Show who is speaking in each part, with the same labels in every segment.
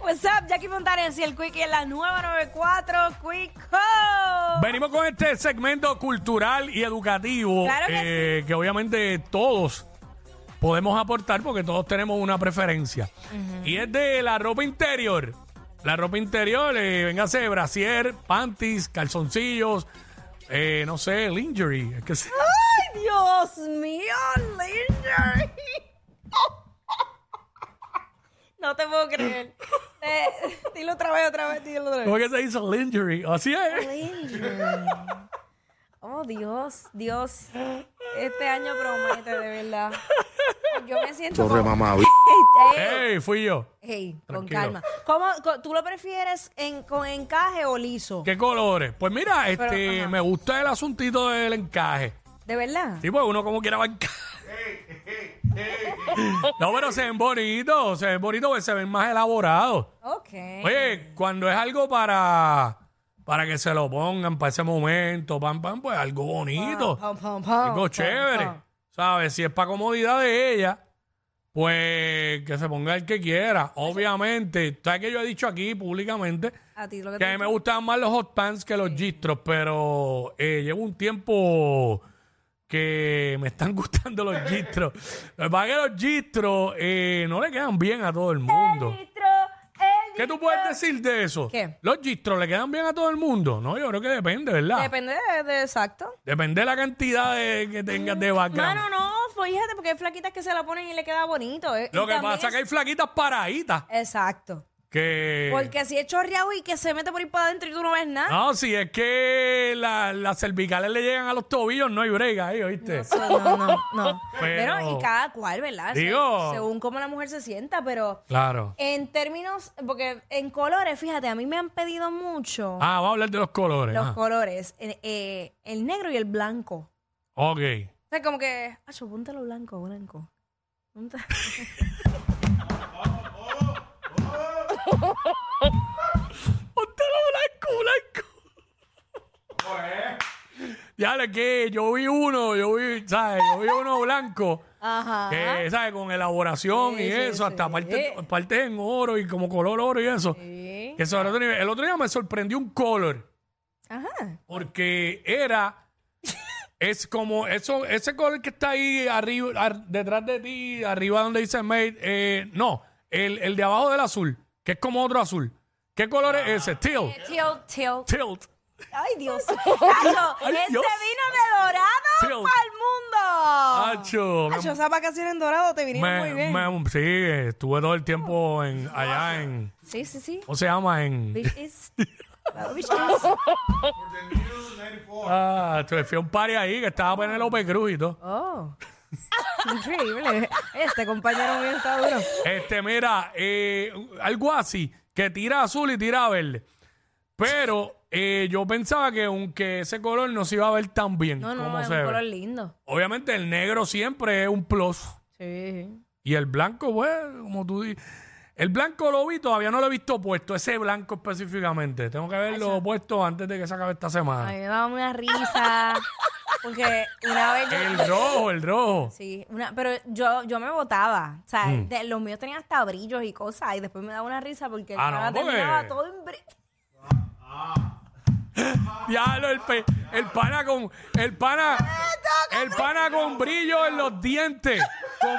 Speaker 1: What's up? Jackie Fontanes y el Quickie en la nueva 94 Quicko.
Speaker 2: Venimos con este segmento cultural y educativo
Speaker 1: Claro que
Speaker 2: eh, que obviamente todos podemos aportar porque todos tenemos una preferencia. Y es de la ropa interior. La ropa interior, eh, véngase, brasier, panties, calzoncillos, eh, no sé, lingerie. Es que se-
Speaker 1: ¡Ay, Dios mío, Lingerie! No te puedo creer. Eh, dilo otra vez, otra vez, dilo otra
Speaker 2: ¿Cómo
Speaker 1: vez.
Speaker 2: que se dice lingerie? Así es.
Speaker 1: Lingerie. Oh, Dios, Dios. Este año promete, de verdad. Yo me siento...
Speaker 3: Torre
Speaker 1: como-
Speaker 3: mamá.
Speaker 1: Ey, ey,
Speaker 2: ¡Ey! Fui yo.
Speaker 1: Hey, con
Speaker 2: Tranquilo.
Speaker 1: calma. ¿Cómo, co- ¿Tú lo prefieres en, con encaje o liso?
Speaker 2: ¿Qué colores? Pues mira, este,
Speaker 1: ajá.
Speaker 2: me gusta el asuntito del encaje.
Speaker 1: ¿De verdad?
Speaker 2: Sí, pues uno como quiera va enca- No, pero se ven bonitos, se ven bonitos porque se ven más elaborados.
Speaker 1: Ok.
Speaker 2: Oye, cuando es algo para, para que se lo pongan para ese momento, pam, pam, pues algo bonito,
Speaker 1: Pam, pam, pam,
Speaker 2: algo
Speaker 1: pam,
Speaker 2: chévere.
Speaker 1: pam.
Speaker 2: ¿Sabes? Si es para comodidad de ella, pues que se ponga el que quiera. Obviamente, sabes que yo he dicho aquí públicamente
Speaker 1: A ti lo que
Speaker 2: que a mí
Speaker 1: te
Speaker 2: me gustaban más los hot pants que los gistros, pero eh, llevo un tiempo que me están gustando los gistros. Lo que pasa es que los gistros eh, no le quedan bien a todo el mundo. ¿Qué tú puedes decir de eso?
Speaker 1: ¿Qué?
Speaker 2: ¿Los gistros le quedan bien a todo el mundo? No, yo creo que depende, ¿verdad?
Speaker 1: Depende de, de- exacto.
Speaker 2: depende de la cantidad de- que tengas de background.
Speaker 1: Mano, no, fíjate, porque hay flaquitas que se la ponen y le queda bonito. eh.
Speaker 2: Lo
Speaker 1: Y
Speaker 2: que
Speaker 1: también
Speaker 2: pasa es que hay
Speaker 1: es-
Speaker 2: flaquitas paraditas
Speaker 1: Exacto.
Speaker 2: que...
Speaker 1: Porque si es chorreado y que se mete por ahí para adentro y tú no ves nada.
Speaker 2: No, si es que la- las cervicales le llegan a los tobillos, no hay brega ahí, ¿oíste?
Speaker 1: No, sé, no, no, no.
Speaker 2: Pero-
Speaker 1: Pero, y cada cual, ¿verdad? Se-
Speaker 2: Digo-
Speaker 1: Según cómo la mujer se sienta, pero
Speaker 2: Claro.
Speaker 1: en términos, porque en colores, fíjate, a mí me han pedido mucho
Speaker 2: Ah, vamos a hablar de los colores.
Speaker 1: los
Speaker 2: ah.
Speaker 1: colores, eh, eh, el negro y el blanco.
Speaker 2: ok.
Speaker 1: O sea, como que, acho, ponte lo blanco, blanco. Ponte-
Speaker 2: Póntelo blanco, blanco. Ya le que yo vi uno, yo vi, ¿sabes? Yo vi uno blanco,
Speaker 1: Ajá.
Speaker 2: que, ¿sabes? Con elaboración
Speaker 1: Sí,
Speaker 2: y
Speaker 1: sí,
Speaker 2: eso, hasta
Speaker 1: sí.
Speaker 2: parte- partes en oro y como color oro y eso.
Speaker 1: Sí.
Speaker 2: Que sobre otro nivel. El otro día me sorprendió un color,
Speaker 1: Ajá.
Speaker 2: porque era, es como, eso, ese color que está ahí arriba, ar- detrás de ti, arriba donde dice mate, eh, no, el, el de abajo del azul, que es como otro azul. ¿Qué color es
Speaker 1: Ah.
Speaker 2: ese? Teal.
Speaker 1: Tilt, tilt.
Speaker 2: Tilt.
Speaker 1: Ay, Dios. Acho,
Speaker 2: Ay,
Speaker 1: este
Speaker 2: Dios.
Speaker 1: vino de dorado
Speaker 2: Tilt.
Speaker 1: para el mundo.
Speaker 2: Acho,
Speaker 1: Ah.
Speaker 2: me-
Speaker 1: Acho, esas vacaciones en dorado te vinieron muy
Speaker 2: me-
Speaker 1: bien.
Speaker 2: me- sí, estuve todo el tiempo en, allá en.
Speaker 1: Sí, sí, sí.
Speaker 2: ¿Cómo se llama? En.
Speaker 1: Bitch is- Bitch is-
Speaker 2: Ah, estuve- fui a un party ahí que estaba pues Penélope Cruz y todo.
Speaker 1: Oh. Increíble. Este compañero mío está duro.
Speaker 2: Este, mira, eh, algo así, que tira azul y tira verde. Pero eh, yo pensaba que aunque ese color no se iba a ver tan bien
Speaker 1: No, no,
Speaker 2: como
Speaker 1: es
Speaker 2: se
Speaker 1: un
Speaker 2: ve.
Speaker 1: color lindo.
Speaker 2: Obviamente el negro siempre es un plus.
Speaker 1: Sí.
Speaker 2: Y el blanco, pues, como tú dices. El blanco lo vi, todavía no lo he visto puesto, ese blanco específicamente. Tengo que verlo puesto antes de que se acabe esta
Speaker 1: A
Speaker 2: semana.
Speaker 1: mí me daba una risa. Porque una vez yo-
Speaker 2: El rojo, el rojo.
Speaker 1: Sí, una, pero yo, yo me botaba. O sea,
Speaker 2: Mm.
Speaker 1: de- los míos tenían hasta brillos y cosas. Y después me daba una risa porque el
Speaker 2: Ah, no,
Speaker 1: pana
Speaker 2: porque-
Speaker 1: terminaba todo en brillo.
Speaker 2: Diablo, el, pe- el pana con. El pana. El pana con brillo en los dientes. Con,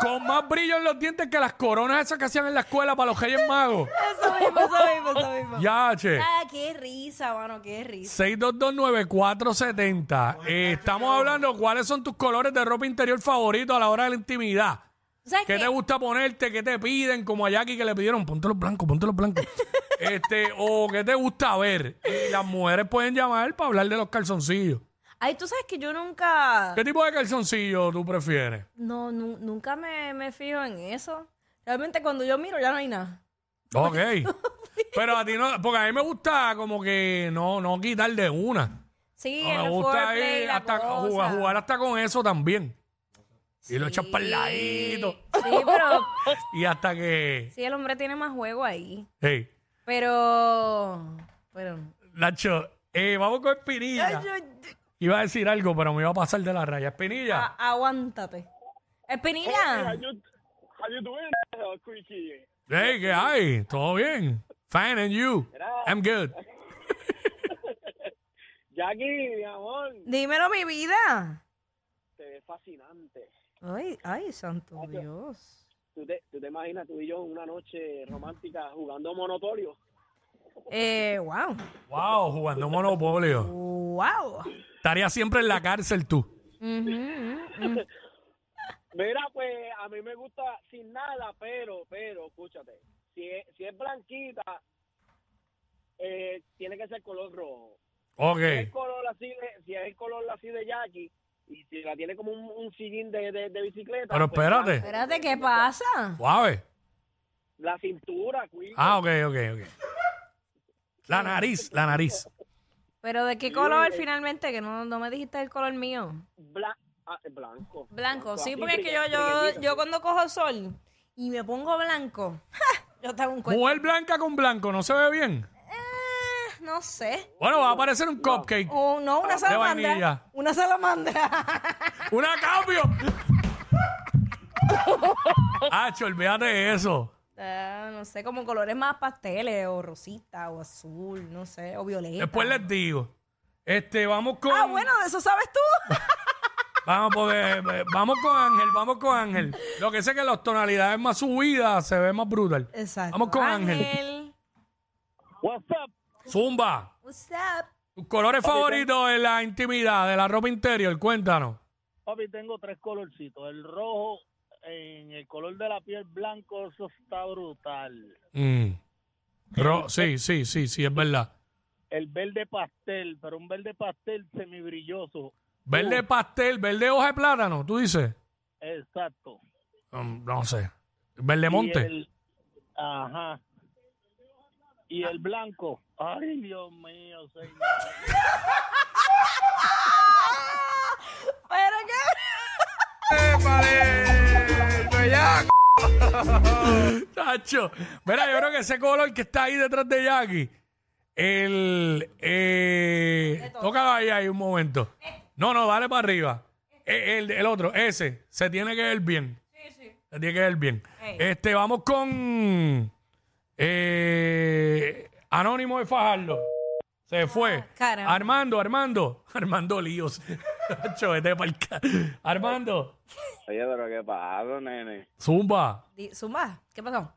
Speaker 2: con más brillo en los dientes que las coronas esas que hacían en la escuela para los Reyes Magos.
Speaker 1: Eso mismo, eso mismo, eso mismo.
Speaker 2: Ya, che.
Speaker 1: Ah, qué risa, mano, qué risa.
Speaker 2: 6229470. Eh, estamos hablando cuáles son tus colores de ropa interior favoritos a la hora de la intimidad.
Speaker 1: ¿Sabes
Speaker 2: ¿Qué
Speaker 1: qué?
Speaker 2: te gusta ponerte? ¿Qué te piden? Como a Jackie que le pidieron, ponte los blancos, ponte los blancos. este, o qué te gusta ver. Y las mujeres pueden llamar para hablar de los calzoncillos.
Speaker 1: Ay, tú sabes que yo nunca.
Speaker 2: ¿Qué tipo de calzoncillo tú prefieres?
Speaker 1: No, nu- nunca me, me fijo en eso. Realmente cuando yo miro ya no hay nada.
Speaker 2: Ok. Pero a ti no, porque a mí me gusta como que no, no quitar de una.
Speaker 1: Sí,
Speaker 2: No,
Speaker 1: en
Speaker 2: me
Speaker 1: el
Speaker 2: gusta
Speaker 1: foreplay,
Speaker 2: ir
Speaker 1: la
Speaker 2: hasta
Speaker 1: cosa.
Speaker 2: jugar, jugar hasta con eso también. Y lo
Speaker 1: Sí.
Speaker 2: echas para el ladito.
Speaker 1: Sí, pero
Speaker 2: Y hasta que.
Speaker 1: sí, el hombre tiene más juego ahí.
Speaker 2: Hey,
Speaker 1: Pero. Pero.
Speaker 2: Nacho, eh, vamos con Espinilla. Iba a decir algo, pero me iba a pasar de la raya. Espinilla.
Speaker 1: Ah. Eh, A- aguántate.
Speaker 4: How
Speaker 1: Espinilla.
Speaker 4: you doing, uh, Quickie?
Speaker 2: Hey, ¿qué hay? ¿Todo bien? Fine and you. I'm good.
Speaker 3: Jackie, mi amor,
Speaker 1: Dímelo, mi vida.
Speaker 3: te ves fascinante.
Speaker 1: Ay, ay, santo Dios.
Speaker 3: ¿Tú te, tú te imaginas tú y yo una noche romántica jugando monopolio?
Speaker 1: Eh, wow.
Speaker 2: Wow, jugando monopolio.
Speaker 1: Wow.
Speaker 2: Estaría siempre en la cárcel tú.
Speaker 3: Mira, pues a mí me gusta sin nada, pero, pero, escúchate, si es, si es blanquita, eh, tiene que ser color rojo.
Speaker 2: Ok.
Speaker 3: Si es el color así de, si es el color así de Jackie, y si la tiene como un, un sillín de, de- de bicicleta.
Speaker 2: Pero
Speaker 3: pues,
Speaker 2: espérate.
Speaker 1: Espérate, ¿qué pasa?
Speaker 2: Suave.
Speaker 3: La, la cintura, cuico.
Speaker 2: Ah, ok, ok, ok. La nariz, la nariz.
Speaker 1: ¿Pero de qué color finalmente? Que no, no me dijiste el color mío.
Speaker 3: Bla- ah, blanco.
Speaker 1: Blanco, sí,
Speaker 3: así,
Speaker 1: porque es que yo,
Speaker 3: brilla-
Speaker 1: yo,
Speaker 3: brillantito.
Speaker 1: yo cuando cojo sol y me pongo blanco, yo tengo un cuento.
Speaker 2: Mujer blanca con blanco, ¿no se ve bien?
Speaker 1: No sé.
Speaker 2: Bueno, va a aparecer un cupcake.
Speaker 1: O no, una
Speaker 2: vainilla.
Speaker 1: salamandra. Una salamandra.
Speaker 2: ¡Una cambio! Hacho, olvídate de eso.
Speaker 1: Ah, no sé, como colores más pasteles, o rosita, o azul, no sé, o violeta.
Speaker 2: Después les digo. Este, vamos con.
Speaker 1: Ah, bueno, de eso sabes tú.
Speaker 2: Vamos, porque, eh, vamos con Ángel, vamos con Ángel. Lo que sé que las tonalidades más subidas se ve más brutal.
Speaker 1: Exacto.
Speaker 2: Vamos con Ángel.
Speaker 3: What's up?
Speaker 2: Zumba.
Speaker 1: What's up?
Speaker 2: Tus colores favoritos en la intimidad, de la ropa interior, cuéntanos.
Speaker 3: Papi, tengo tres colorcitos. El rojo, en el color de la piel blanco, eso está brutal.
Speaker 2: Mm. Ro- sí, sí, sí, sí, es verdad.
Speaker 3: El verde pastel, pero un verde pastel semibrilloso.
Speaker 2: Verde pastel, verde hoja de plátano, tú dices.
Speaker 3: Exacto.
Speaker 2: Mm, no sé. Verde
Speaker 3: Y
Speaker 2: monte.
Speaker 3: el- ajá. Y el blanco. Ay, Dios mío, señor.
Speaker 1: Ah, Pero qué.
Speaker 2: Tacho, mira, yo creo que ese color que está ahí detrás de Jackie, el. Eh, tócalo ahí, ahí un momento. No, no, dale para arriba. E- El, el otro, ese, se tiene que ver bien. Se tiene que ver bien.
Speaker 1: Ey.
Speaker 2: Este, vamos con. eh, Anónimo de Fajardo. Se fue.
Speaker 1: Ah, caramba.
Speaker 2: Armando, Armando. Armando Líos. Tacho, vete pa'l ca- Armando,
Speaker 4: Oye, pero qué pasado, nene.
Speaker 2: zumba.
Speaker 1: Di- Zumba, ¿qué pasó?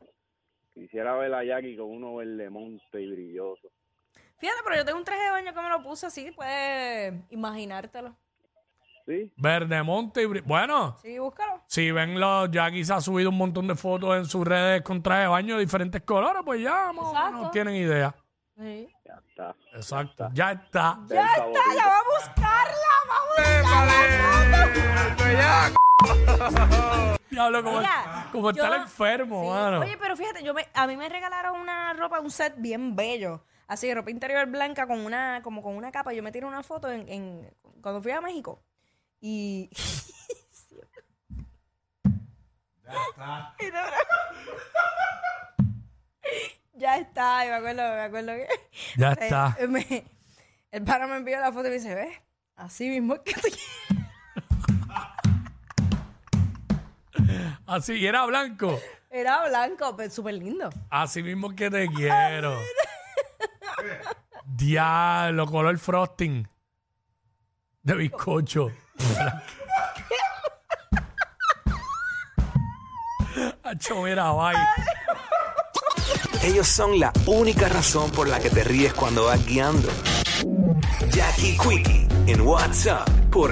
Speaker 4: Quisiera ver a Jackie con uno verde monte y brilloso.
Speaker 1: Fíjate, pero yo tengo un traje de baño que me lo puse así, puedes imaginártelo.
Speaker 4: ¿Sí?
Speaker 2: Verde Monte y. bri- Bueno.
Speaker 1: Sí, búscalo.
Speaker 2: Si ven los, Jackie se ha subido un montón de fotos en sus redes con traje de baño de diferentes colores, pues ya más o
Speaker 1: Exacto.
Speaker 2: menos tienen idea.
Speaker 1: Sí.
Speaker 4: Ya está.
Speaker 2: Exacto. Ya está.
Speaker 1: Ya está, ya va a buscarla, va a buscarla.
Speaker 2: Diablo, como,
Speaker 1: Mira,
Speaker 2: como está
Speaker 1: yo-
Speaker 2: el enfermo,
Speaker 1: sí.
Speaker 2: mano.
Speaker 1: Oye, pero fíjate, yo me, a mí me regalaron una ropa, un set bien bello. Así, ropa interior blanca con una, como con una capa. Yo me tiré una foto en, en- cuando fui a México. Y. Y de verdad- ya está, y me acuerdo, me acuerdo que.
Speaker 2: ya está.
Speaker 1: Eh, me- el pana me envió la foto y me dice, ¿ves? Así mismo es que te
Speaker 2: Así, y era blanco.
Speaker 1: Era blanco, pero súper lindo.
Speaker 2: Así mismo que te quiero. Diablo, color frosting. De bizcocho. Hacho, mira, bye.
Speaker 5: Ellos son la única razón por la que te ríes cuando vas guiando. Jackie Quickie en WhatsApp por